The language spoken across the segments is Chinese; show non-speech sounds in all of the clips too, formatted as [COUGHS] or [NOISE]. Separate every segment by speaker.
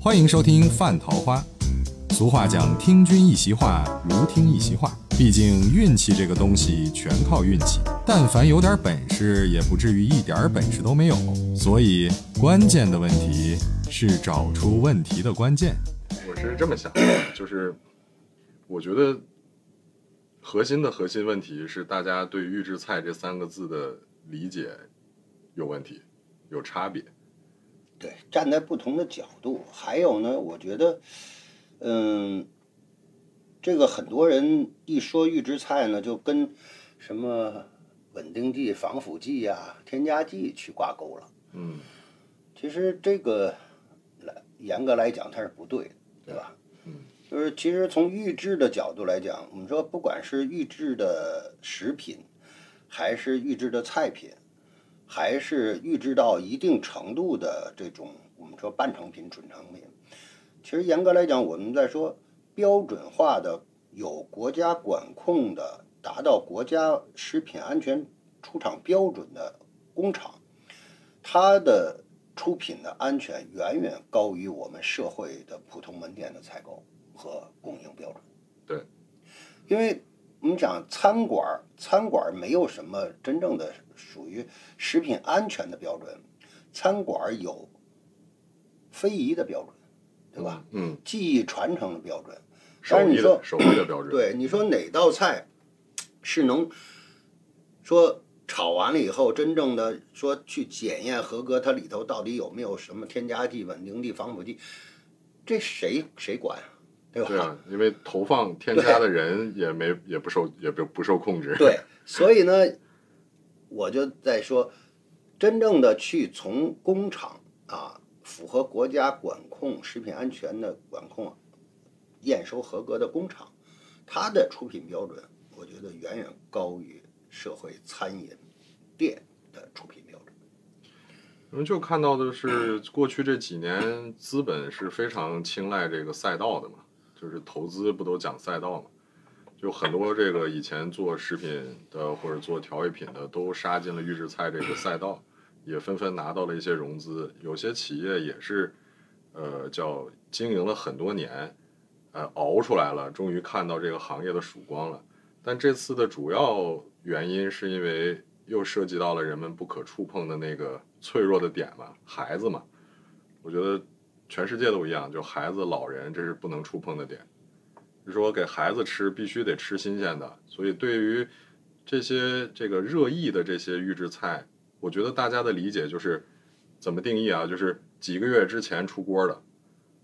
Speaker 1: 欢迎收听《范桃花》。俗话讲“听君一席话，如听一席话”。毕竟运气这个东西全靠运气，但凡有点本事，也不至于一点本事都没有。所以，关键的问题是找出问题的关键。
Speaker 2: 我是这么想的，就是我觉得核心的核心问题是大家对“预制菜”这三个字的理解有问题，有差别。
Speaker 3: 对，站在不同的角度，还有呢，我觉得，嗯，这个很多人一说预制菜呢，就跟什么稳定剂、防腐剂呀、添加剂去挂钩了。
Speaker 2: 嗯，
Speaker 3: 其实这个来严格来讲，它是不对的，对吧？
Speaker 2: 嗯，
Speaker 3: 就是其实从预制的角度来讲，我们说不管是预制的食品，还是预制的菜品，还是预制到一定程度的这种我们说半成品、准成品，其实严格来讲，我们在说标准化的、有国家管控的、达到国家食品安全出厂标准的工厂。它的出品的安全远远高于我们社会的普通门店的采购和供应标准。
Speaker 2: 对，
Speaker 3: 因为我们讲餐馆儿，餐馆儿没有什么真正的属于食品安全的标准，餐馆儿有非遗的标准，对吧？？
Speaker 2: 嗯，
Speaker 3: 技艺传承的标准，
Speaker 2: [LAUGHS] 手
Speaker 3: 但是你
Speaker 2: 艺的
Speaker 3: 说
Speaker 2: 手艺的标准。，
Speaker 3: 对，你说哪道菜是能说炒完了以后，真正的说去检验合格，它里头到底有没有什么添加剂、稳定剂、防腐剂？这谁谁管啊？对吧？
Speaker 2: [LAUGHS] 对啊，因为投放添加的人也没也不受也不不受控制。
Speaker 3: 对，所以呢，我就在说，真正的去从工厂啊，符合国家管控食品安全的管控，验收合格的工厂，它的出品标准，我觉得远远高于社会餐饮店的出品标准。
Speaker 2: 我们就看到的是，过去这几年资本是非常青睐这个赛道的嘛，就是投资不都讲赛道嘛，就很多这个以前做食品的或者做调味品的都杀进了预制菜这个赛道，也纷纷拿到了一些融资，有些企业也是，呃，叫经营了很多年，呃，熬出来了，终于看到这个行业的曙光了。但这次的主要原因是因为又涉及到了人们不可触碰的那个脆弱的点嘛，孩子嘛。我觉得全世界都一样，就孩子、老人，这是不能触碰的点。就说给孩子吃必须得吃新鲜的，所以对于这些这个热议的这些预制菜，我觉得大家的理解就是怎么定义啊？就是几个月之前出锅的，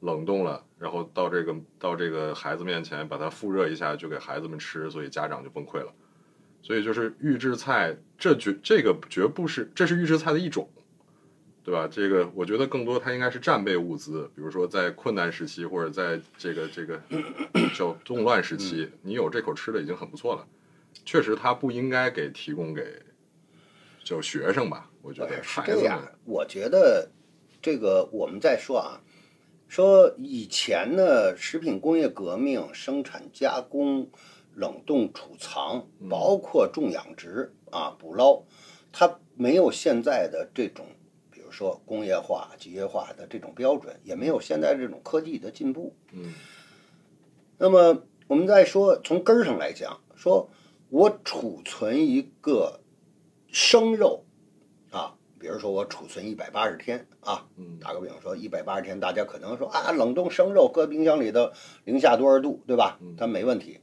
Speaker 2: 冷冻了，然后到这个到这个孩子面前把它复热一下，就给孩子们吃，所以家长就崩溃了。所以就是预制菜，这绝这个绝不是，这是预制菜的一种，对吧？这个我觉得更多它应该是战备物资，比如说在困难时期或者在这个这个叫动乱时期，
Speaker 3: 嗯
Speaker 2: 你有这口吃的已经很不错了。确实，它不应该给提供给叫学生吧，我觉
Speaker 3: 是
Speaker 2: 得孩
Speaker 3: 呃这
Speaker 2: 子
Speaker 3: 样
Speaker 2: 们，，
Speaker 3: 我觉得这个我们再说啊，说以前呢，食品工业革命生产加工、冷冻储藏，包括种养殖啊、捕捞，它没有现在的这种，比如说工业化、集约化的这种标准，也没有现在这种科技的进步。
Speaker 2: 嗯
Speaker 3: 那么我们再说，从根儿上来讲，说我储存一个生肉啊，比如说我储存一百八十天啊，
Speaker 2: 嗯
Speaker 3: 打个比方说一百八十天，大家可能说啊，冷冻生肉搁冰箱里头零下多少度，对吧
Speaker 2: 嗯？
Speaker 3: 它没问题。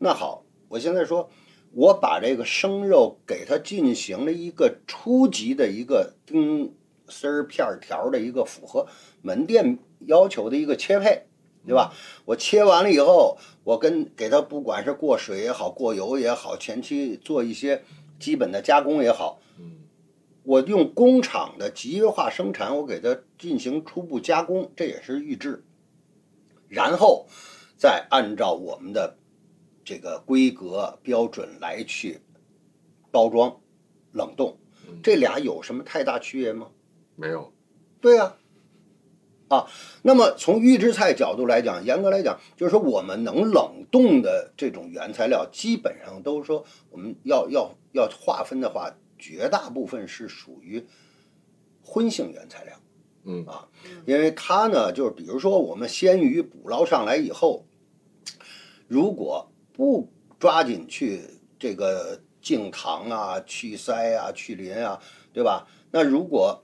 Speaker 3: 那好，我现在说，我把这个生肉给它进行了一个初级的一个丁丝儿片儿条儿的一个符合门店要求的一个切配，对吧？我切完了以后，我跟给它不管是过水也好，过油也好，前期做一些基本的加工也好，
Speaker 2: 嗯
Speaker 3: 我用工厂的集约化生产，我给它进行初步加工，这也是预制，然后再按照我们的这个规格标准来去包装、冷冻
Speaker 2: 嗯，
Speaker 3: 这俩有什么太大区别吗？
Speaker 2: 没有，
Speaker 3: 对呀、啊，那么从预制菜角度来讲，严格来讲，就是说我们能冷冻的这种原材料，基本上都是说我们要要要划分的话，绝大部分是属于荤性原材料，
Speaker 2: 嗯
Speaker 3: 啊，因为它呢，就是比如说我们鲜鱼捕捞上来以后，如果不抓紧去这个净糖啊、去鳃啊、去鳞啊，对吧？那如果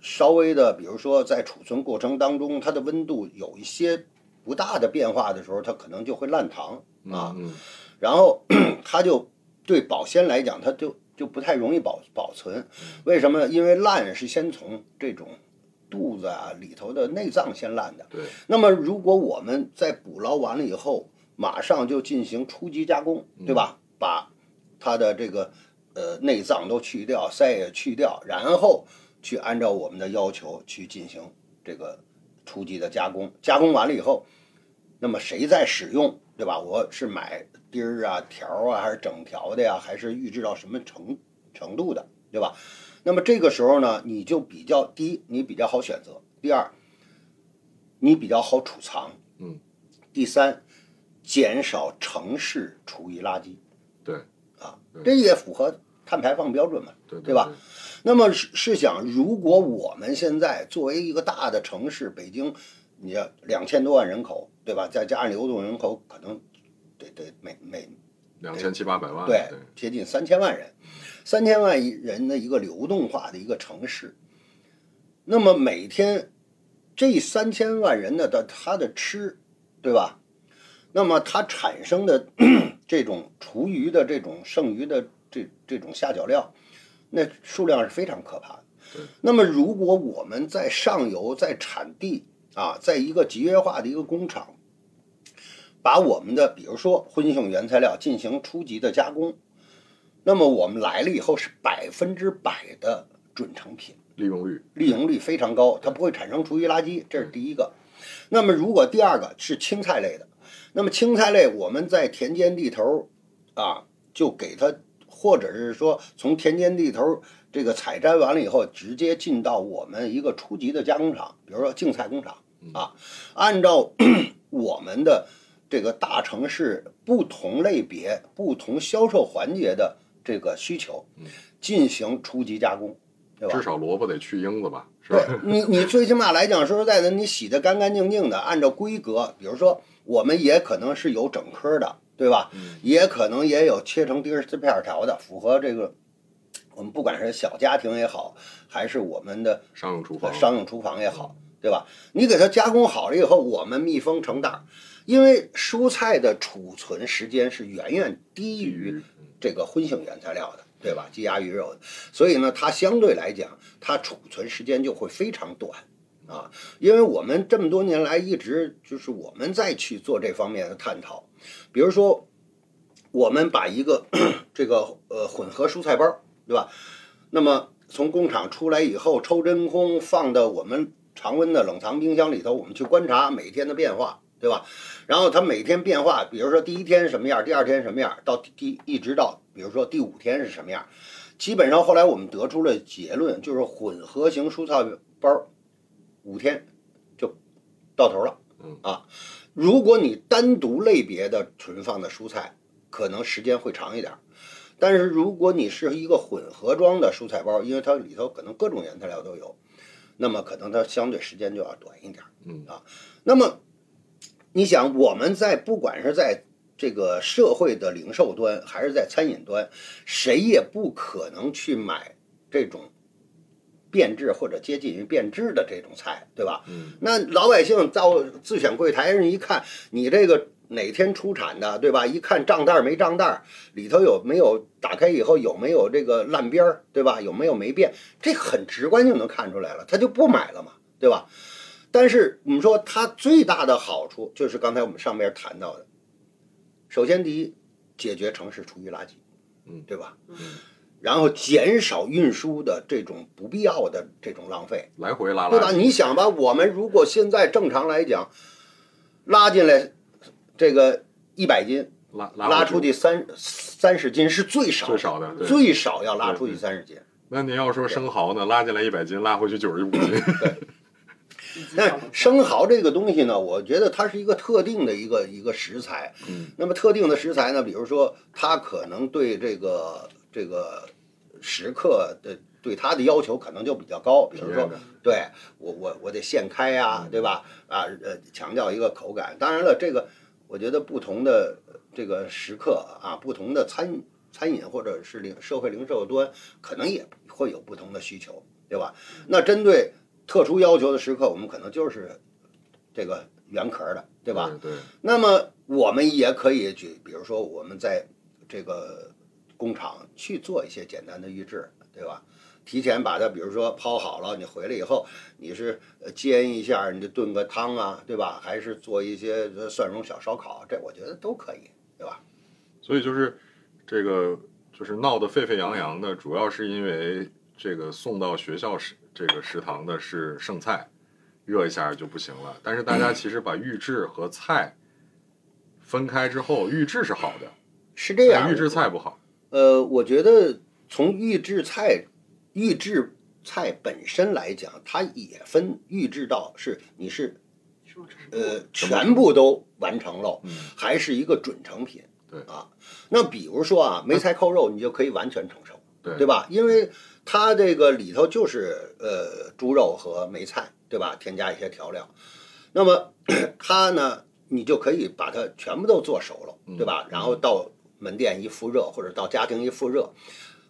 Speaker 3: 稍微的，比如说在储存过程当中，它的温度有一些不大的变化的时候，它可能就会烂糖啊。
Speaker 2: 嗯
Speaker 3: 然后 [CLEARS THROAT] 它就对保鲜来讲，它就就不太容易保保存。为什么？因为烂是先从这种肚子啊里头的内脏先烂的。
Speaker 2: 对，
Speaker 3: 那么如果我们在捕捞完了以后，马上就进行初级加工，对吧？把它的这个呃内脏都去掉，鳃也去掉，然后去按照我们的要求去进行这个初级的加工。加工完了以后，那么谁在使用，对吧？我是买丁儿啊、条儿啊，还是整条的呀？还是预制到什么程程度的，对吧？那么这个时候呢，你就比较第一，你比较好选择；第二，你比较好储藏；
Speaker 2: 嗯，
Speaker 3: 第三，减少城市厨余垃圾
Speaker 2: 对
Speaker 3: 啊，
Speaker 2: 对
Speaker 3: 这也符合碳排放标准嘛。
Speaker 2: 对
Speaker 3: 对吧？那么是是想，如果我们现在作为一个大的城市，北京，你要两千多万人口，对吧？再加上流动人口，可能得得每每
Speaker 2: 两千七八百万，
Speaker 3: 对接近三千万人，三千万人的一个流动化的一个城市。那么每天这三千万人呢的他的吃，对吧？那么它产生的 [COUGHS] 这种厨余的这种剩余的这这种下脚料，那数量是非常可怕的
Speaker 2: 对。
Speaker 3: 那么如果我们在上游在产地啊，在一个集约化的一个工厂，把我们的比如说荤性原材料进行初级的加工，那么我们来了以后是百分之百的准成品。
Speaker 2: 利用率，
Speaker 3: 利用率非常高，它不会产生厨余垃圾，这是第一个。那么如果第二个是青菜类的，那么青菜类我们在田间地头儿啊，就给它，或者是说从田间地头儿这个采摘完了以后，直接进到我们一个初级的加工厂，比如说净菜工厂啊，按照 [CLEARS THROAT] 我们的这个大城市不同类别、不同销售环节的这个需求，进行初级加工，对吧？
Speaker 2: 至少萝卜得去缨子吧，是吧
Speaker 3: 对？ [LAUGHS] 你，你最起码来讲，说实在的，你洗得干干净净的，按照规格，比如说我们也可能是有整颗的，对吧？
Speaker 2: 嗯
Speaker 3: 也可能也有切成丁儿、片儿条的，符合这个我们不管是小家庭也好，还是我们的
Speaker 2: 商用厨房，
Speaker 3: 商用厨房也好，对吧？你给它加工好了以后，我们密封成袋儿，因为蔬菜的储存时间是远远低于
Speaker 2: 嗯
Speaker 3: 这个荤性原材料的，对吧？鸡鸭鱼肉的，所以呢，它相对来讲，它储存时间就会非常短。啊，因为我们这么多年来一直就是我们在去做这方面的探讨，比如说，我们把一个 [COUGHS] 这个呃混合蔬菜包儿，对吧？那么从工厂出来以后，抽真空放到我们常温的冷藏冰箱里头，我们去观察每天的变化，对吧？然后它每天变化，比如说第一天什么样，第二天什么样，到第第一直到比如说第五天是什么样，基本上后来我们得出了结论，就是混合型蔬菜包儿五天就到头了
Speaker 2: 嗯。
Speaker 3: 啊，如果你单独类别的存放的蔬菜，可能时间会长一点儿。但是如果你是一个混合装的蔬菜包，因为它里头可能各种原材料都有，那么可能它相对时间就要短一点儿。
Speaker 2: 嗯
Speaker 3: 啊，那么你想，我们在不管是在这个社会的零售端，还是在餐饮端，谁也不可能去买这种变质或者接近于变质的这种菜，对吧？
Speaker 2: 嗯，
Speaker 3: 那老百姓到自选柜台上一看，你这个哪天出产的，对吧？一看账单儿没账单儿，里头有没有打开以后有没有这个烂边儿，对吧？有没有霉变，这很直观就能看出来了，他就不买了嘛，对吧？但是我们说它最大的好处就是刚才我们上面谈到的，首先第一，解决城市厨余垃圾，
Speaker 2: 嗯
Speaker 3: 对吧？
Speaker 4: 嗯
Speaker 3: 然后减少运输的这种不必要的这种浪费，
Speaker 2: 来回拉
Speaker 3: 对吧？
Speaker 2: 拉，
Speaker 3: 你想吧，我们如果现在正常来讲，拉进来这个一百斤，
Speaker 2: 拉
Speaker 3: 拉
Speaker 2: 回
Speaker 3: 出去三三十斤是最少
Speaker 2: 最少的，对。
Speaker 3: 最少要拉出去
Speaker 2: 对
Speaker 3: 三十斤。
Speaker 2: 那您要说生蚝呢，拉进来一百斤，拉回去九十五斤，
Speaker 4: 以及
Speaker 3: 但
Speaker 4: 小
Speaker 3: 是
Speaker 4: 龙
Speaker 3: 哎生蚝这个东西呢，我觉得它是一个特定的一个一个食材。
Speaker 2: 嗯，
Speaker 3: 那么特定的食材呢，比如说它可能对这个这个食客的对它的要求可能就比较高，比如
Speaker 2: 体验
Speaker 3: 说
Speaker 2: 感，
Speaker 3: 对我我我得现开呀、对吧？啊呃，强调一个口感。当然了，这个我觉得不同的这个时刻啊，不同的餐餐饮或者是零社会零售端，可能也会有不同的需求，对吧？那针对特殊要求的时刻，我们可能就是这个原壳的，对吧？？
Speaker 2: 对，
Speaker 3: 那么我们也可以举，比如说我们在这个工厂去做一些简单的预制，对吧？提前把它，比如说抛好了，你回来以后，你是呃煎一下，你就炖个汤啊，对吧？还是做一些呃蒜蓉小烧烤，这我觉得都可以，对吧？
Speaker 2: 所以就是这个就是闹得沸沸扬扬的，主要是因为这个送到学校食这个食堂的是剩菜，热一下就不行了。但是大家其实把预制和菜分开之后，预制是好的，
Speaker 3: 是这样
Speaker 2: 但。预制菜不好。
Speaker 3: 呃，我觉得从预制菜、预制菜本身来讲，它也分预制到是你是
Speaker 4: 什么程度？
Speaker 3: 呃全部都完成了，
Speaker 2: 嗯，
Speaker 3: 还是一个准成品。
Speaker 2: 对
Speaker 3: 啊，那比如说啊，梅菜扣肉你就可以完全承受，
Speaker 2: 对
Speaker 3: 对？吧？因为它这个里头就是呃猪肉和梅菜，对吧？添加一些调料，那么 [CLEARS THROAT] 它呢，你就可以把它全部都做熟
Speaker 2: 嗯
Speaker 3: 了，对吧？然后到门店一复热，或者到家庭一复热，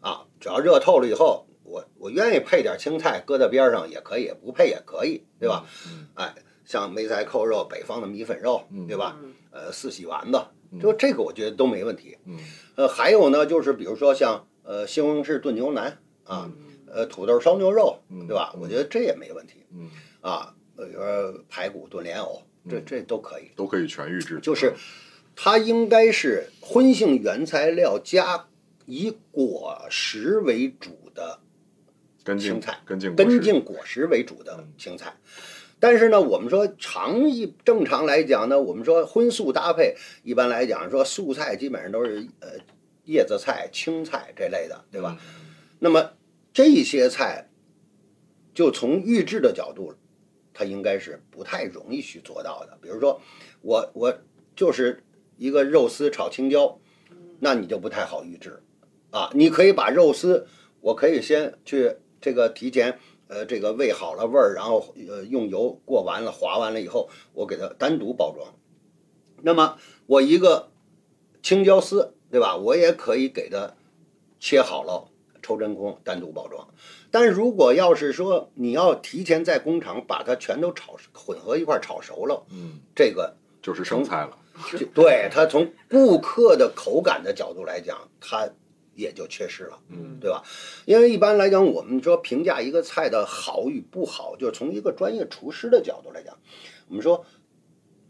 Speaker 3: 啊，只要热透了以后，我我愿意配点青菜搁在边上也可以，不配也可以，对吧？
Speaker 2: 嗯
Speaker 3: 哎，像梅菜扣肉、北方的米粉肉，
Speaker 2: 嗯
Speaker 3: 对吧？
Speaker 4: 嗯
Speaker 3: 呃四喜丸子，
Speaker 2: 嗯
Speaker 3: 就这个我觉得都没问题。
Speaker 2: 嗯
Speaker 3: 呃，还有呢，就是比如说像呃西红柿炖牛腩啊，呃土豆烧牛肉，
Speaker 2: 嗯
Speaker 3: 对吧？
Speaker 2: 嗯
Speaker 3: 我觉得这也没问题
Speaker 2: 嗯，
Speaker 3: 啊。呃，排骨炖莲藕，这
Speaker 2: 嗯
Speaker 3: 这都可以。
Speaker 2: 都可以全预制，
Speaker 3: 就是它应该是荤性原材料加以果实为主的
Speaker 2: 跟进
Speaker 3: 青菜
Speaker 2: 跟进
Speaker 3: 根
Speaker 2: 进
Speaker 3: 茎果实嗯为主的青菜。但是呢，我们说常一正常来讲呢，我们说荤素搭配，一般来讲说素菜基本上都是呃叶子菜、青菜这类的，对吧？？那么这些菜，就从预制的角度，它应该是不太容易去做到的。比如说，我我就是一个肉丝炒青椒，那你就不太好预制啊。你可以把肉丝，我可以先去这个提前。呃，这个煨好了味儿，然后呃用油过完了、滑完了以后，我给它单独包装。那么我一个青椒丝，对吧？我也可以给它切好了，抽真空单独包装。但是如果要是说你要提前在工厂把它全都炒混合一块儿炒熟了，
Speaker 2: 嗯，
Speaker 3: 这个
Speaker 2: 就是剩菜了。
Speaker 3: 就对它从顾客的口感的角度来讲，它也就缺失了。
Speaker 2: 嗯
Speaker 3: 对吧？因为一般来讲，我们说评价一个菜的好与不好，就是从一个专业厨师的角度来讲，我们说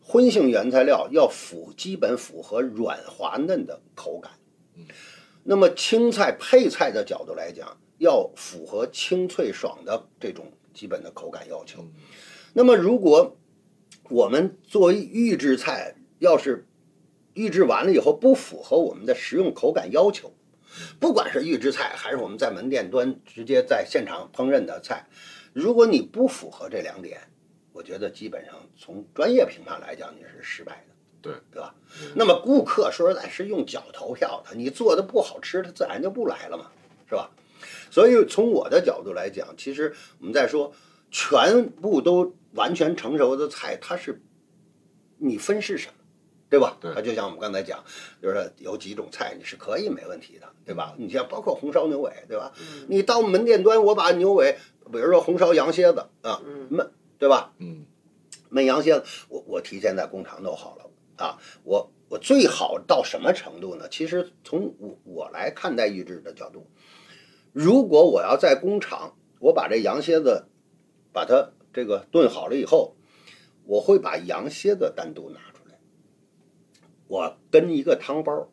Speaker 3: 荤性原材料要符基本符合软滑嫩的口感
Speaker 2: 嗯。
Speaker 3: 那么青菜配菜的角度来讲，要符合清脆爽的这种基本的口感要求。
Speaker 2: 嗯
Speaker 3: 那么如果我们作为预制菜，要是预制完了以后不符合我们的食用口感要求，不管是预制菜还是我们在门店端直接在现场烹饪的菜，如果你不符合这两点，我觉得基本上从专业评判来讲你是失败的。
Speaker 2: 对
Speaker 3: 对吧？那么顾客说实在是用脚投票的，你做的不好吃，他自然就不来了嘛，是吧？所以从我的角度来讲，其实我们在说全部都完全成熟的菜，它是你分是什么，对吧？
Speaker 2: 对
Speaker 3: 它就像我们刚才讲，就是说有几种菜你是可以没问题的，对吧？你像包括红烧牛尾，对吧？你到门店端，我把牛尾，比如说红烧羊蝎子啊，
Speaker 4: 嗯
Speaker 3: 焖，对吧？
Speaker 2: 嗯
Speaker 3: 焖羊蝎子，我我提前在工厂弄好了啊，我我最好到什么程度呢？其实从我我来看待预制的角度，如果我要在工厂，我把这羊蝎子把它这个炖好了以后，我会把羊蝎子单独拿出来，我跟一个汤包儿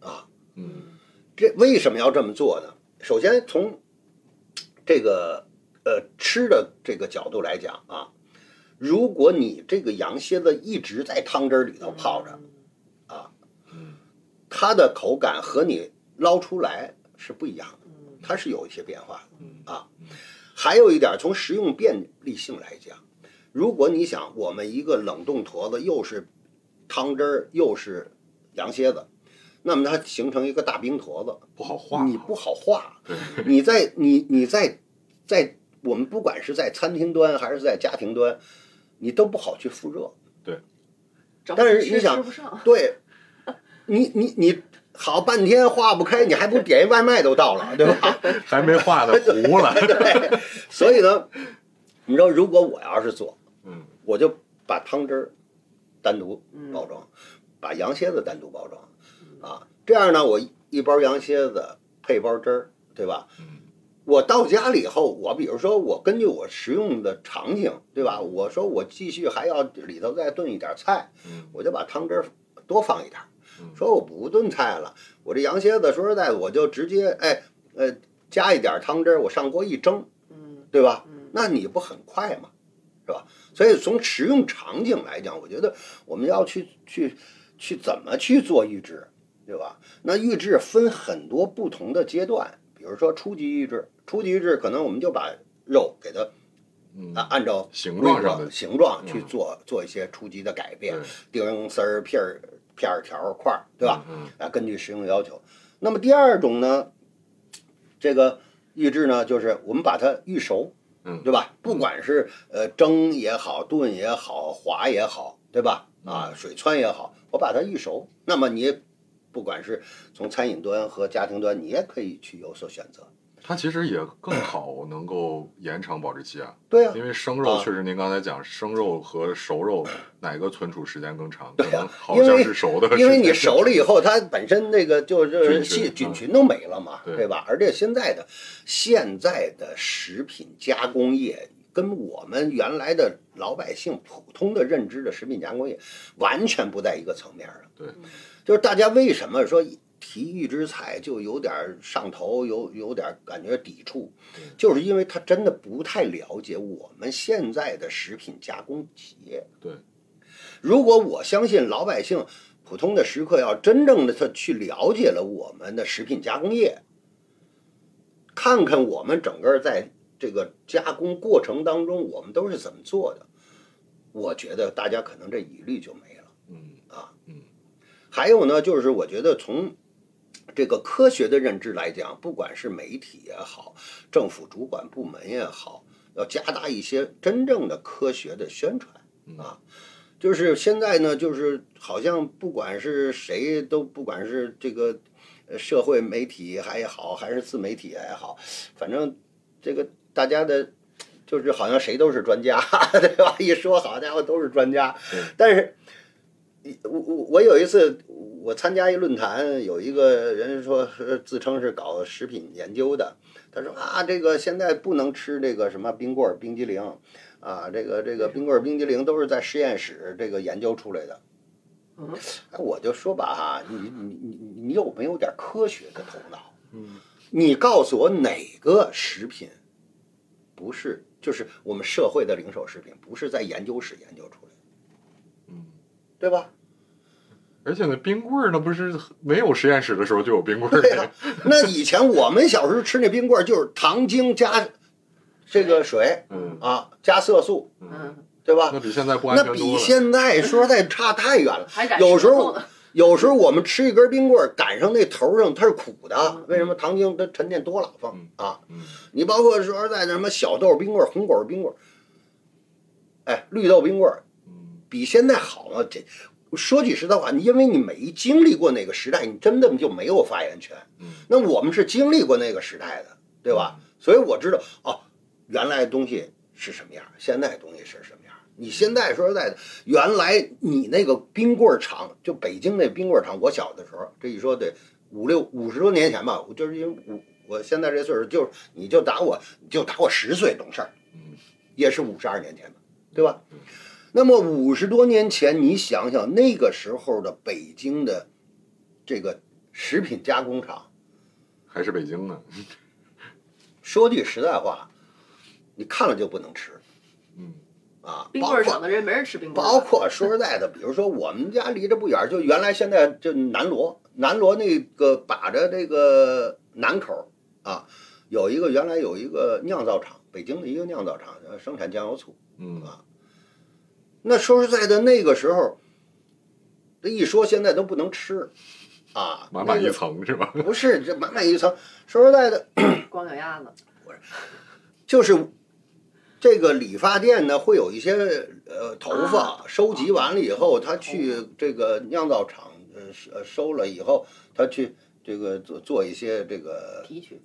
Speaker 3: 啊，
Speaker 2: 嗯
Speaker 3: 这为什么要这么做呢？首先从这个呃吃的这个角度来讲啊，如果你这个羊蝎子一直在汤汁儿里头泡着，啊
Speaker 2: 嗯
Speaker 3: 它的口感和你捞出来是不一样的，
Speaker 4: 嗯
Speaker 3: 它是有一些变化的。啊
Speaker 2: 嗯
Speaker 3: 还有一点，从食用便利性来讲，如果你想我们一个冷冻坨子又是汤汁儿又是羊蝎子，那么它形成一个大冰坨子，
Speaker 2: 不好画，
Speaker 3: 你不好画。你在你你在在我们不管是在餐厅端还是在家庭端，你都不好去复热。
Speaker 4: 找
Speaker 3: 但是
Speaker 4: 吃
Speaker 3: 你想
Speaker 4: 吃不上，
Speaker 3: 对，你你你好半天化不开，你还不如点一外卖都到了，对吧？
Speaker 2: 还没画呢，
Speaker 3: [LAUGHS]
Speaker 2: 糊了。
Speaker 3: 对，所以呢，你知道，如果我要是做，
Speaker 2: 嗯，
Speaker 3: 我就把汤汁儿单独
Speaker 4: 嗯
Speaker 3: 包装，把羊蝎子单独包装，啊，这样呢，我一一包羊蝎子配包汁儿，对吧？
Speaker 2: 嗯
Speaker 3: 我到家了以后，我比如说我根据我食用的场景，对吧？我说我继续还要里头再炖一点菜，
Speaker 2: 嗯
Speaker 3: 我就把汤汁儿多放一点儿。
Speaker 2: 嗯，
Speaker 3: 说我不炖菜了，我这羊蝎子说实在，我就直接哎呃加一点汤汁儿，我上锅一蒸，
Speaker 4: 嗯
Speaker 3: 对吧？
Speaker 4: 嗯
Speaker 3: 那你不很快吗？是吧？所以从食用场景来讲，我觉得我们要去去去怎么去做预制，对吧？那预制分很多不同的阶段，比如说初级预制，初级预制可能我们就把肉给它啊
Speaker 2: 嗯
Speaker 3: 按按照
Speaker 2: 形状上的
Speaker 3: 形状去
Speaker 2: 嗯
Speaker 3: 做做一些初级的改变
Speaker 2: 对，
Speaker 3: 钉丝儿片儿片儿条儿块儿，对吧？？
Speaker 2: 嗯
Speaker 3: 啊，根据食用要求。那么第二种呢，这个预制呢，就是我们把它预熟，
Speaker 2: 嗯
Speaker 3: 对吧？不管是呃蒸也好，炖也好，滑也好，对吧？啊，水汆也好，我把它预熟。那么你不管是从餐饮端和家庭端，你也可以去有所选择。
Speaker 2: 它其实也更好，能够延长保质期啊。
Speaker 3: 对啊，
Speaker 2: 因为生肉确实，您刚才讲生肉和熟肉哪个存储时间更长？可能好像是熟的，
Speaker 3: 因为你熟了以后，它本身那个就就是
Speaker 2: 菌群
Speaker 3: 细
Speaker 2: 嗯
Speaker 3: 菌群都没了嘛，
Speaker 2: 对
Speaker 3: 对吧？而且现在的现在的食品加工业跟我们原来的老百姓普通的认知的食品加工业完全不在一个层面上。
Speaker 2: 对
Speaker 4: 嗯，
Speaker 3: 就是大家为什么说提预制菜就有点上头，有有点感觉抵触
Speaker 2: 对，
Speaker 3: 就是因为他真的不太了解我们现在的食品加工企业。
Speaker 2: 对，
Speaker 3: 如果我相信老百姓、普通的食客要真正的他去了解了我们的食品加工业，看看我们整个在这个加工过程当中，我们都是怎么做的，我觉得大家可能这疑虑就没了。啊
Speaker 2: 嗯
Speaker 3: 还有呢，就是我觉得从这个科学的认知来讲，不管是媒体也好，政府主管部门也好，要加大一些真正的科学的宣传
Speaker 2: 嗯
Speaker 3: 啊。就是现在呢，就是好像不管是谁都，不管是这个呃社会媒体还好，还是自媒体还好，反正这个大家的，就是好像谁都是专家， [LAUGHS] 对吧？一说好家伙都是专家
Speaker 2: 对，
Speaker 3: 但是我我我有一次我参加一论坛，有一个人说是自称是搞食品研究的，他说啊，这个现在不能吃这个什么冰棍儿、冰激凌，啊，这个这个冰棍儿、冰激凌都是在实验室这个研究出来的。
Speaker 4: 嗯
Speaker 3: 哎，我就说吧哈，你你你你你有没有点科学的头脑？
Speaker 2: 嗯
Speaker 3: 你告诉我哪个食品不是就是我们社会的零售食品不是在研究室研究出来的，
Speaker 2: 嗯。
Speaker 3: 对吧？
Speaker 2: 而且那冰棍儿，那不是没有实验室的时候就有冰棍
Speaker 3: 对呀、
Speaker 2: 儿，
Speaker 3: 那以前我们小时候吃那冰棍儿就是糖精加这个水
Speaker 2: 嗯
Speaker 3: 啊，加色素，
Speaker 2: 嗯，
Speaker 4: 嗯，
Speaker 3: 对吧
Speaker 2: 那？比现在不安
Speaker 3: 那
Speaker 2: 全
Speaker 3: 比
Speaker 2: 多了。
Speaker 3: 现在说实在差太远了。
Speaker 4: 还敢
Speaker 3: 有
Speaker 4: 吃
Speaker 3: 时候
Speaker 4: 粽子
Speaker 3: 有时候我们吃一根冰棍儿，赶上那头上它是苦的
Speaker 4: 嗯，
Speaker 3: 为什么糖精它沉淀多了放
Speaker 2: 嗯
Speaker 3: 啊？
Speaker 2: 嗯
Speaker 3: 你包括说实在的什么小豆冰棍儿、红果冰棍儿，哎，绿豆冰棍儿
Speaker 2: 嗯
Speaker 3: 比现在好吗？这说句实在话，你因为你没经历过那个时代，你真的就没有发言权。
Speaker 2: 嗯，
Speaker 3: 那我们是经历过那个时代的，对吧？所以我知道哦，原来的东西是什么样，现在的东西是什么样。你现在说实在的，原来你那个冰棍儿厂，就北京那冰棍儿厂，我小的时候，这一说得五六五十多年前吧，我就是因为我我现在这岁数，就是你就打我，你就打我十岁懂事儿，
Speaker 2: 嗯
Speaker 3: 也是五十二年前的，对吧
Speaker 2: 嗯？
Speaker 3: 那么五十多年前，你想想那个时候的北京的这个食品加工厂，
Speaker 2: 还是北京呢。
Speaker 3: 说句实在话，你看了就不能吃
Speaker 2: 嗯
Speaker 3: 啊。
Speaker 4: 冰棍儿
Speaker 3: 包
Speaker 4: 厂
Speaker 3: 括
Speaker 4: 的人没人吃冰棍
Speaker 3: 包
Speaker 4: 儿的，
Speaker 3: 括说实在的，比如说我们家离着不远儿，就原来现在就南锣，南锣那个把着这个南口儿啊，有一个原来有一个酿造厂，北京的一个酿造厂呃生产酱油醋。啊
Speaker 2: 嗯
Speaker 3: 那说实在的，那个时候，这一说现在都不能吃，啊，
Speaker 2: 满满
Speaker 3: 那
Speaker 2: 一
Speaker 3: 个
Speaker 2: 层是吧？ [LAUGHS]
Speaker 3: 不是这满满一层。说实在的，
Speaker 4: 光脚丫子，
Speaker 3: 就是这个理发店呢，会有一些呃头发收集完了以后，他去这个酿造厂呃收呃收了以后，他去这个做做一些这个
Speaker 4: 提取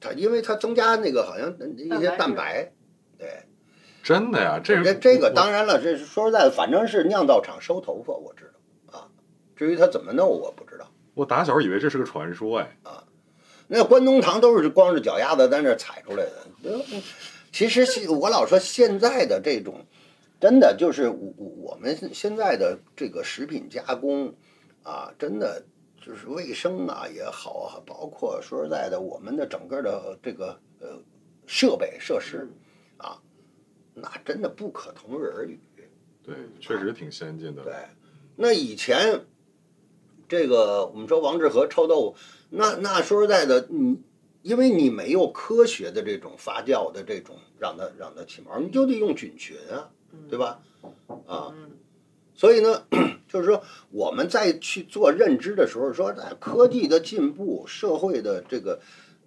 Speaker 3: 他，因为他增加那个好像呃一些蛋
Speaker 4: 蛋
Speaker 3: 白
Speaker 4: 白。
Speaker 2: 真的呀，这
Speaker 3: 这
Speaker 2: 个
Speaker 3: 这个
Speaker 2: 我
Speaker 3: 当然了，这是说实在的，反正是酿造厂收头发，我知道啊。至于他怎么弄，我不知道。
Speaker 2: 我打小以为这是个传说哎，
Speaker 3: 那关东糖都是光着脚丫子在那儿踩出来的。呃其实现我老说现在的这种，真的就是我我我们现在的这个食品加工啊，真的就是卫生啊也好啊，包括说实在的，我们的整个的这个呃设备设施啊，那真的不可同日而语。
Speaker 2: 对，确实挺先进
Speaker 3: 对
Speaker 2: 的。，
Speaker 3: 那以前这个我们说王致和臭豆腐，那那说实在的，你因为你没有科学的这种发酵的这种让它让它起毛，你就得用菌群啊，对吧？啊，
Speaker 4: 嗯，
Speaker 3: 所以呢， [CLEARS THROAT] 就是说我们在去做认知的时候，说哎科技的进步，社会的这个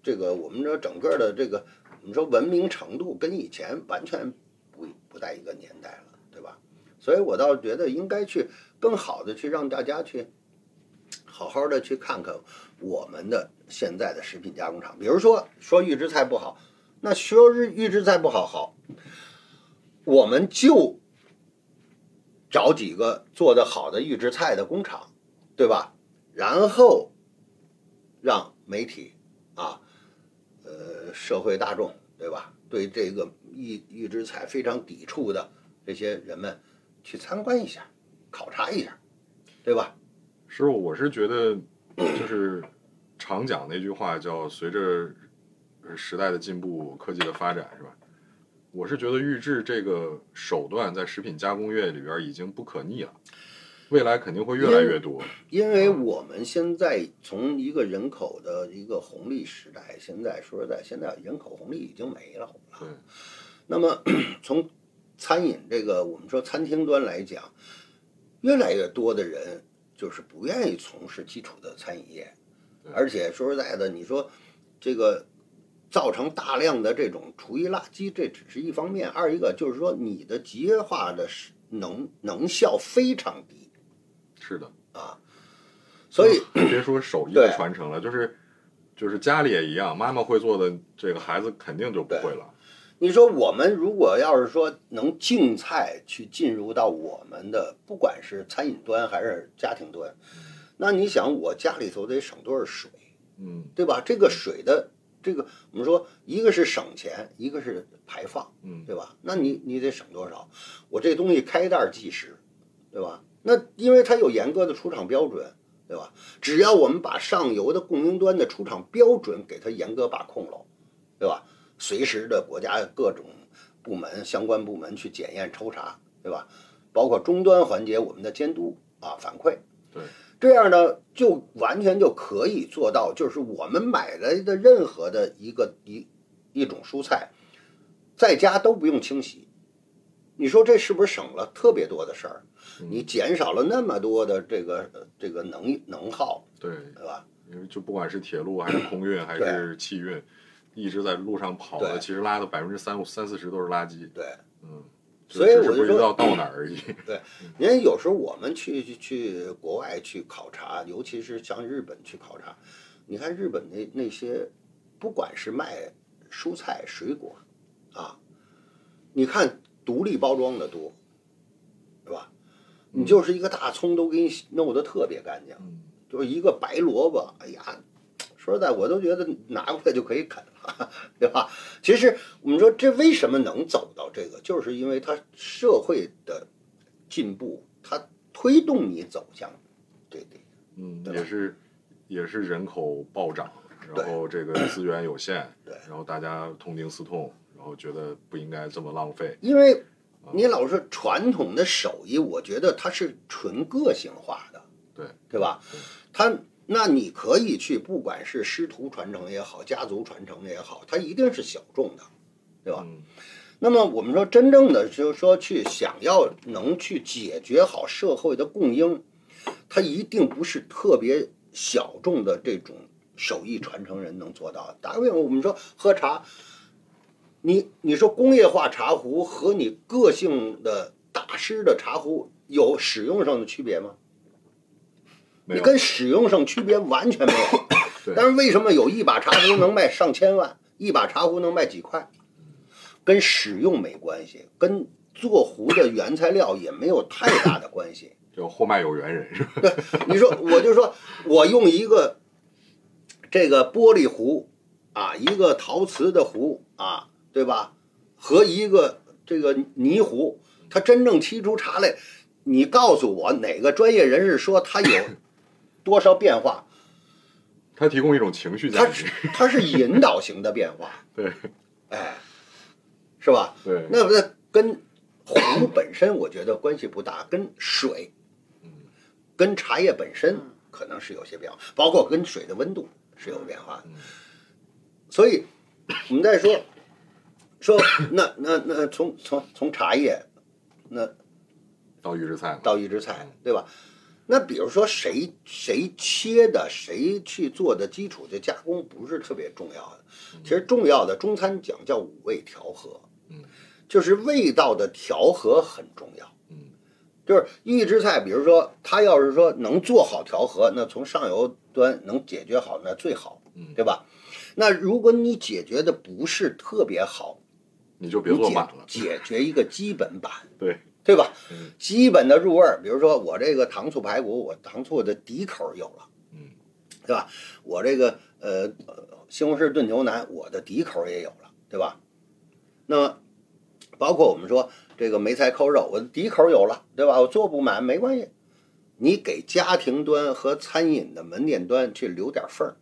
Speaker 3: 这个，我们说整个的这个，我们说文明程度跟以前完全不不在一个年代了，对吧？所以我倒觉得应该去更好的去让大家去好好的去看看我们的现在的食品加工厂，比如说说预制菜不好，那说日预制菜不好好，我们就找几个做得好的预制菜的工厂，对吧？然后让媒体啊，呃，社会大众，对吧？对这个预预制菜非常抵触的这些人们去参观一下，考察一下，对吧？
Speaker 2: 师傅，我是觉得就是常讲那句话叫“随着呃时代的进步，科技的发展”，是吧？我是觉得预制这个手段在食品加工业里边已经不可逆了，未来肯定会越来越多。
Speaker 3: 因为我们现在从一个人口的一个红利时代，现在说实在，现在人口红利已经没了。
Speaker 2: 对，
Speaker 3: 那么 [CLEARS THROAT] 从餐饮这个我们说餐厅端来讲，越来越多的人就是不愿意从事基础的餐饮业，
Speaker 2: 对
Speaker 3: 而且说实在的，你说这个造成大量的这种厨艺垃圾，这只是一方面，二一个就是说你的集约化的是能能效非常低，
Speaker 2: 是的。
Speaker 3: 所以
Speaker 2: 别说手艺的传承了，就是就是家里也一样，妈妈会做的，这个孩子肯定就不会了。
Speaker 3: 你说我们如果要是说能竞赛去进入到我们的，不管是餐饮端还是家庭端，那你想我家里头得省多少水，
Speaker 2: 嗯
Speaker 3: 对吧？这个水的这个，我们说一个是省钱，一个是排放，
Speaker 2: 嗯，
Speaker 3: 对吧？那你你得省多少？我这东西开袋儿计时，对吧？那因为它有严格的出厂标准，对吧？只要我们把上游的供应端的出厂标准给它严格把控了，对吧？随时的国家各种部门相关部门去检验抽查，对吧？包括终端环节我们的监督啊反馈，
Speaker 2: 对，
Speaker 3: 这样呢，就完全就可以做到，就是我们买来的任何的一个一一种蔬菜，在家都不用清洗。你说这是不是省了特别多的事儿？你减少了那么多的这个呃这个能能耗，
Speaker 2: 对，
Speaker 3: 对吧？
Speaker 2: 因为就不管是铁路还是空运还是汽运，一直在路上跑的，
Speaker 3: 对
Speaker 2: 其实拉的百分之三五三四十都是垃圾。
Speaker 3: 对，
Speaker 2: 嗯，
Speaker 3: 所以
Speaker 2: 就
Speaker 3: 我
Speaker 2: 只
Speaker 3: 就是
Speaker 2: 不知
Speaker 3: 说
Speaker 2: 道到哪儿而已。
Speaker 3: 因为有时候我们去去去国外去考察，尤其是像日本去考察，你看日本那那些，不管是卖蔬菜水果，啊，你看独立包装的多，对吧？你就是一个大葱都给你弄得特别干净，
Speaker 2: 嗯，
Speaker 3: 就是一个白萝卜，哎呀，说实在我都觉得拿过来就可以啃了，对吧？其实我们说这为什么能走到这个，就是因为它社会的进步，它推动你走向这个。
Speaker 2: 嗯，
Speaker 3: 对吧
Speaker 2: 也是也是人口暴涨，然后这个资源有限，
Speaker 3: [CLEARS THROAT] 对
Speaker 2: 然后大家痛定思痛，然后觉得不应该这么浪费。
Speaker 3: 因为你老说传统的手艺，我觉得它是纯个性化的，
Speaker 2: 对
Speaker 3: 对吧？它那你可以去，不管是师徒传承也好，家族传承也好，它一定是小众的，对吧？
Speaker 2: 嗯
Speaker 3: 那么我们说，真正的就是说，去想要能去解决好社会的供应，它一定不是特别小众的这种手艺传承人能做到。打个比方，我们说喝茶，你你说工业化茶壶和你个性的大师的茶壶有使用上的区别吗？
Speaker 2: 没
Speaker 3: 你
Speaker 2: 有
Speaker 3: 跟使用上区别完全没有
Speaker 2: [COUGHS] 对。
Speaker 3: 但是为什么有一把茶壶能卖上千万，一把茶壶能卖几块？跟使用没关系，跟做壶的原材料也没有太大的关
Speaker 2: [LAUGHS]
Speaker 3: 系。
Speaker 2: 叫货卖有缘人是吧？ [LAUGHS]
Speaker 3: 你说，我就说我用一个这个玻璃壶啊，一个陶瓷的壶啊，对吧？和一个这个泥壶，它真正沏出茶来，你告诉我哪个专业人士说它有多少变化？
Speaker 2: 它提供一种情绪价
Speaker 3: 它
Speaker 2: 值
Speaker 3: 是，它是引导型的变化，
Speaker 2: [LAUGHS] 对
Speaker 3: 哎，是吧？
Speaker 2: 对，
Speaker 3: 那不是跟壶本身，我觉得关系不大，跟水，
Speaker 2: 嗯
Speaker 3: 跟茶叶本身
Speaker 4: 嗯
Speaker 3: 可能是有些变化，包括跟水的温度是有变化的
Speaker 2: 嗯。
Speaker 3: 所以我们再说说那那那从从从茶叶那
Speaker 2: 到预制菜嘛，
Speaker 3: 到预制菜，对吧？那比如说谁谁切的，谁去做的基础的加工不是特别重要的。其实重要的中餐讲叫五味调和，
Speaker 2: 嗯，
Speaker 3: 就是味道的调和很重要。
Speaker 2: 嗯
Speaker 3: 就是预制菜，比如说它要是说能做好调和，那从上游端能解决好，那最好，
Speaker 2: 嗯，
Speaker 3: 对吧？那如果你解决的不是特别好，
Speaker 2: 你就别
Speaker 3: 你
Speaker 2: 做
Speaker 3: 解
Speaker 2: 满了，
Speaker 3: 解决一个基本版，
Speaker 2: 对，
Speaker 3: 对吧？
Speaker 2: 嗯
Speaker 3: 基本的入味儿，比如说我这个糖醋排骨，我糖醋的底口有了，
Speaker 2: 嗯，
Speaker 3: 对吧？我这个呃呃西红柿炖牛腩，我的底口也有了，对吧？那么包括我们说这个梅菜扣肉，我的底口有了，对吧？我做不满没关系，你给家庭端和餐饮的门店端去留点缝儿，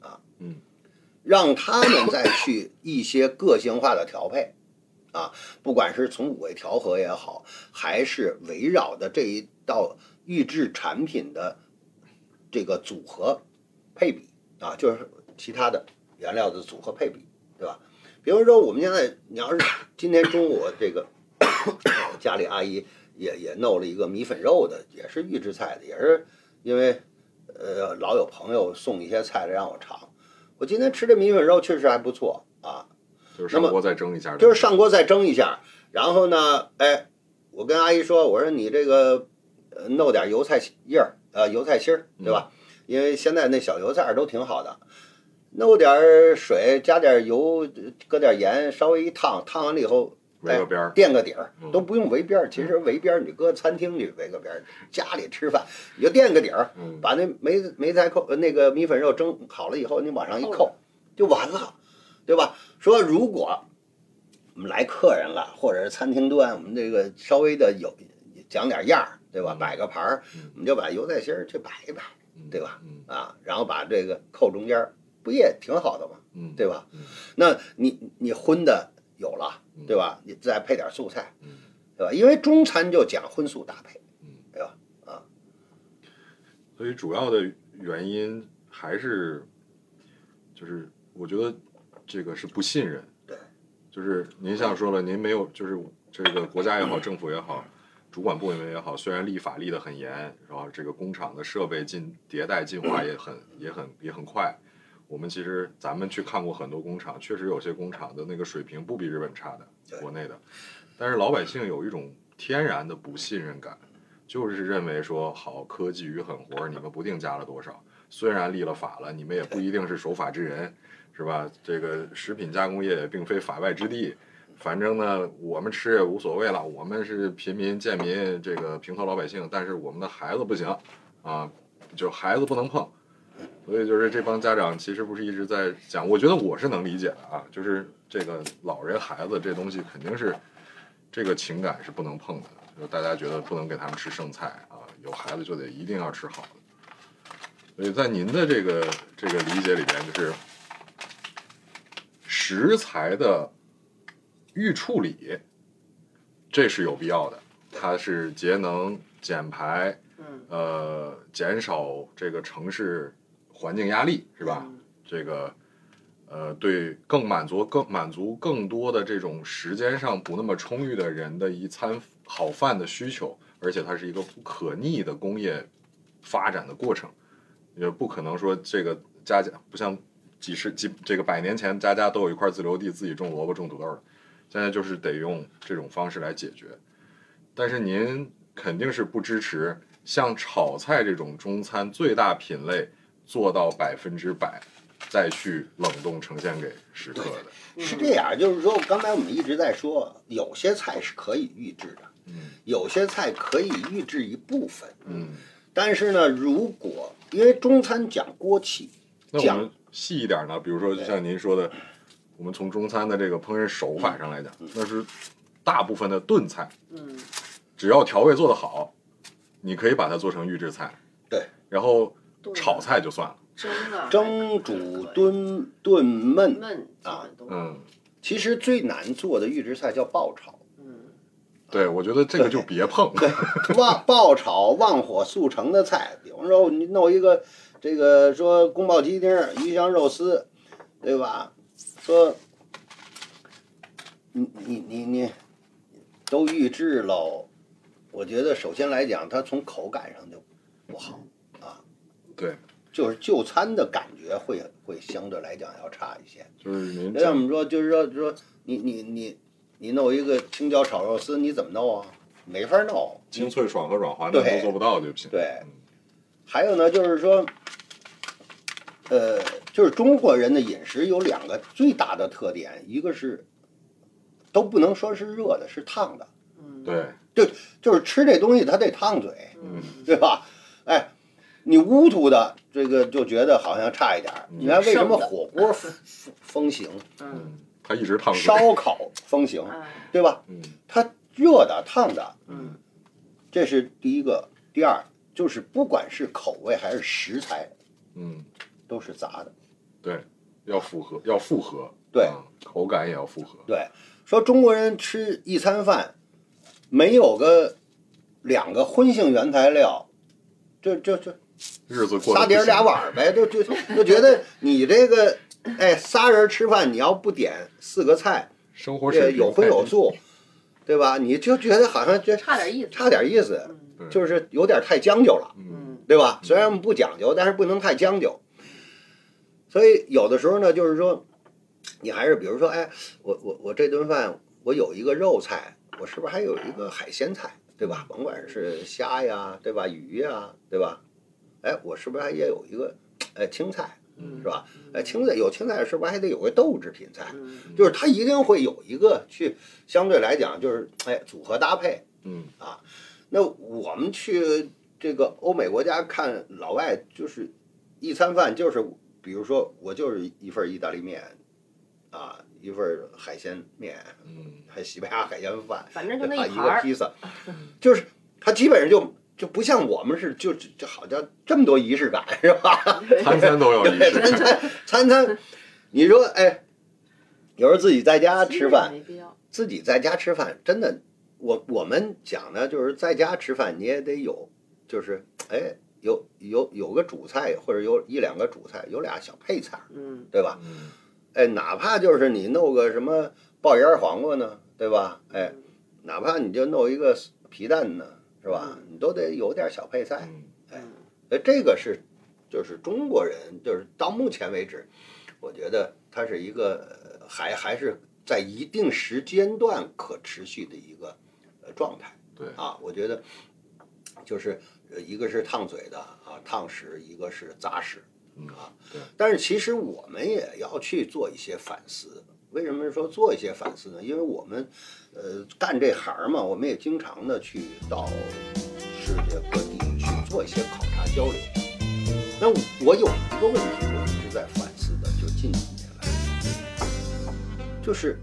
Speaker 3: 啊，
Speaker 2: 嗯，
Speaker 3: 让他们再去一些个性化的调配。啊，不管是从五味调和也好，还是围绕的这一道预制产品的这个组合配比啊，就是其他的原料的组合配比，对吧？比如说我们现在，你要是今天中午这个 [COUGHS] 家里阿姨也也弄了一个米粉肉的，也是预制菜的，也是因为呃老有朋友送一些菜来让我尝，我今天吃这米粉肉确实还不错啊，
Speaker 2: 就是上
Speaker 3: 那么
Speaker 2: 锅再蒸一下，
Speaker 3: 就是上锅再蒸一下，然后呢，哎，我跟阿姨说，我说你这个呃弄点油菜叶儿，呃，油菜心儿，对吧？因为现在那小油菜儿都挺好的，弄点儿水，加点儿油，搁点儿盐，稍微一烫，烫完了以后
Speaker 2: 围个边儿，
Speaker 3: 垫个底儿
Speaker 2: 嗯，
Speaker 3: 都不用围边儿。其实围边儿你搁餐厅里围个边儿，家里吃饭你就垫个底儿，
Speaker 2: 嗯，
Speaker 3: 把那梅梅菜扣呃那个米粉肉蒸好了以后，你往上一扣，就完了，对吧？说如果我们来客人了，或者是餐厅端，我们这个稍微的有讲点样儿，对吧？
Speaker 2: 嗯
Speaker 3: 摆个盘儿
Speaker 2: 嗯，
Speaker 3: 我们就把油菜心儿去摆一摆
Speaker 2: 嗯
Speaker 3: 对吧？
Speaker 2: 嗯
Speaker 3: 啊，然后把这个扣中间儿，不也挺好的吗？
Speaker 2: 嗯，
Speaker 3: 对吧
Speaker 2: 嗯？
Speaker 3: 那你你荤的有了
Speaker 2: 嗯，
Speaker 3: 对吧？你再配点素菜
Speaker 2: 嗯，
Speaker 3: 对吧？因为中餐就讲荤素搭配
Speaker 2: 嗯，
Speaker 3: 对吧？
Speaker 2: 所以主要的原因还是，就是我觉得这个是不信任。
Speaker 3: 对，
Speaker 2: 就是您像说了，您没有，就是这个国家也好，政府也好，主管部门也好，虽然立法立得很严，然后这个工厂的设备进迭代进化也很也很也很快。我们其实咱们去看过很多工厂，确实有些工厂的那个水平不比日本差的，
Speaker 3: 对
Speaker 2: 国内的，但是老百姓有一种天然的不信任感。就是认为说好科技与狠活，你们不定加了多少。虽然立了法了，你们也不一定是守法之人，是吧？这个食品加工业也并非法外之地。反正呢，我们吃也无所谓了，我们是贫民、贱民，这个平头老百姓。但是我们的孩子不行，啊，就孩子不能碰。所以就是这帮家长其实不是一直在讲，我觉得我是能理解的啊，就是这个老人孩子这东西肯定是这个情感是不能碰的，就是大家觉得不能给他们吃剩菜啊，有孩子就得一定要吃好的。所以在您的这个这个理解里边，就是食材的预处理，这是有必要的，它是节能减排，
Speaker 4: 嗯，
Speaker 2: 呃，减少这个城市环境压力，
Speaker 3: 啊
Speaker 2: 是吧？
Speaker 4: 嗯
Speaker 2: 这个呃，对更满足更满足更多的这种时间上不那么充裕的人的一餐好饭的需求，而且它是一个不可逆的工业发展的过程。也不可能说这个家家不像几十几这个百年前家家都有一块自留地自己种萝卜种土豆的，现在就是得用这种方式来解决。但是您肯定是不支持像炒菜这种中餐最大品类做到百分之百，再去冷冻呈现给食客的。
Speaker 3: 是这样，就是说，刚才我们一直在说，有些菜是可以预制的，
Speaker 2: 嗯
Speaker 3: 有些菜可以预制一部分。
Speaker 2: 嗯，
Speaker 3: 但是呢，如果因为中餐讲锅气，
Speaker 2: 那我
Speaker 3: 讲
Speaker 2: 们细一点呢，比如说就像您说的，我们从中餐的这个烹饪手法上来讲，
Speaker 3: 嗯
Speaker 2: 那是大部分的炖菜，
Speaker 4: 嗯
Speaker 2: 只要调味做得好，你可以把它做成预制菜，
Speaker 3: 对，
Speaker 2: 然后
Speaker 4: 炖
Speaker 2: 炒菜就算了。
Speaker 4: 蒸啊，
Speaker 3: 蒸、煮、炖、啊炖、焖，
Speaker 4: 焖基本都
Speaker 2: 嗯，
Speaker 3: 其实最难做的预制菜叫爆炒。
Speaker 4: 嗯
Speaker 2: 对，我觉得这个就别碰。
Speaker 3: [LAUGHS] 旺爆炒旺火速成的菜，比方说你弄一个这个说宫保鸡丁、鱼香肉丝，对吧？说你你你你都预制喽，我觉得首先来讲，它从口感上就不好，
Speaker 2: [LAUGHS] 对，
Speaker 3: 就是就餐的感觉会会相对来讲要差一些。
Speaker 2: 就是您
Speaker 3: 要我
Speaker 2: 讲
Speaker 3: 们说，就是说，说你你你你弄一个青椒炒肉丝，你怎么弄啊？没法弄，
Speaker 2: 清脆爽和软滑，那
Speaker 3: 对
Speaker 2: 都做不到就不行。
Speaker 3: 对
Speaker 2: 嗯，
Speaker 3: 还有呢，就是说，呃，就是中国人的饮食有两个最大的特点，一个是都不能说是热的，是烫的，
Speaker 4: 嗯，
Speaker 2: 对，
Speaker 3: 就是吃这东西它得烫嘴，
Speaker 4: 嗯
Speaker 3: 对吧？哎，你乌涂的这个就觉得好像差一点儿。
Speaker 2: 嗯
Speaker 3: 你看为什么
Speaker 4: 生的
Speaker 3: 火锅风风行，
Speaker 4: 嗯
Speaker 2: 嗯，它一直烫嘴。
Speaker 3: 烧烤风行，
Speaker 4: 哎
Speaker 3: 对吧？
Speaker 2: 嗯
Speaker 3: 它热的、烫的，
Speaker 4: 嗯
Speaker 3: 这是第一个。第二就是不管是口味还是食材，
Speaker 2: 嗯，
Speaker 3: 都是杂的。
Speaker 2: 要复合，要复合。
Speaker 3: 对
Speaker 2: 啊口感也要复合。
Speaker 3: 对，说中国人吃一餐饭，没有个两个荤性原材料，这这这
Speaker 2: 日子过得
Speaker 3: 仨碟儿
Speaker 2: 不行
Speaker 3: 俩碗儿呗，就就就觉得你这个，哎，仨人吃饭，你要不点四个菜，
Speaker 2: 生活水
Speaker 3: 这
Speaker 2: 平
Speaker 3: 有荤
Speaker 2: 太
Speaker 3: 有
Speaker 2: 低
Speaker 3: 素，对吧？你就觉得好像这
Speaker 4: 差点意思，
Speaker 3: 差点意思，
Speaker 4: 嗯
Speaker 2: 对
Speaker 3: 就是有点太将就了，
Speaker 2: 嗯
Speaker 4: 嗯
Speaker 3: 对吧？虽然我们不讲究，但是不能太将就。所以有的时候呢，就是说，你还是比如说，哎，我我我这顿饭我有一个肉菜，我是不是还有一个海鲜菜，对吧？甭管是虾呀，对吧？鱼呀，对吧？哎，我是不是还也有一个，哎，青菜
Speaker 4: 嗯
Speaker 3: 是吧？哎，青菜有青菜，是不是还得有个豆制品菜？
Speaker 4: 嗯
Speaker 3: 就是它一定会有一个去相对来讲，就是哎组合搭配。
Speaker 2: 嗯
Speaker 3: 那我们去这个欧美国家看老外，就是一餐饭就是，比如说我就是一份意大利面，啊，一份海鲜面，
Speaker 2: 嗯
Speaker 3: 还西班牙海鲜饭，
Speaker 4: 反正就那
Speaker 3: 啊
Speaker 4: 一
Speaker 3: 一
Speaker 4: 盘
Speaker 3: 个
Speaker 4: 儿，嗯
Speaker 3: 披萨，就是它基本上就就不像我们是就就就好像这么多仪式感是吧？ [LAUGHS]
Speaker 2: 嗯，餐餐都要仪式
Speaker 3: 餐
Speaker 2: 感。
Speaker 3: 餐餐
Speaker 4: 嗯
Speaker 3: 餐，你说哎，有时候自己在家吃饭，
Speaker 4: 没必要，
Speaker 3: 自己在家吃饭，真的，我我们讲呢，就是在家吃饭你也得有，就是哎，有有有个主菜，或者有一两个主菜，有俩小配菜，
Speaker 4: 嗯
Speaker 3: 对吧？
Speaker 2: 嗯
Speaker 3: 哎，哪怕就是你弄个什么爆芽黄瓜呢，对吧？哎，
Speaker 4: 嗯
Speaker 3: 哪怕你就弄一个皮蛋呢，是吧？你都得有点小配菜。
Speaker 2: 嗯
Speaker 4: 嗯
Speaker 3: 哎，这个是就是中国人，就是到目前为止，我觉得它是一个呃还还是在一定时间段可持续的一个呃状态
Speaker 2: 对
Speaker 3: 啊，我觉得就是呃一个是烫嘴的啊烫食，一个是杂食
Speaker 2: 嗯
Speaker 3: 啊
Speaker 2: 对，
Speaker 3: 但是其实我们也要去做一些反思。为什么说做一些反思呢？因为我们，呃，干这行儿嘛，我们也经常的去到世界各地去做一些考察交流。那我有一个问题，我一直在反思的，就近几年来，就是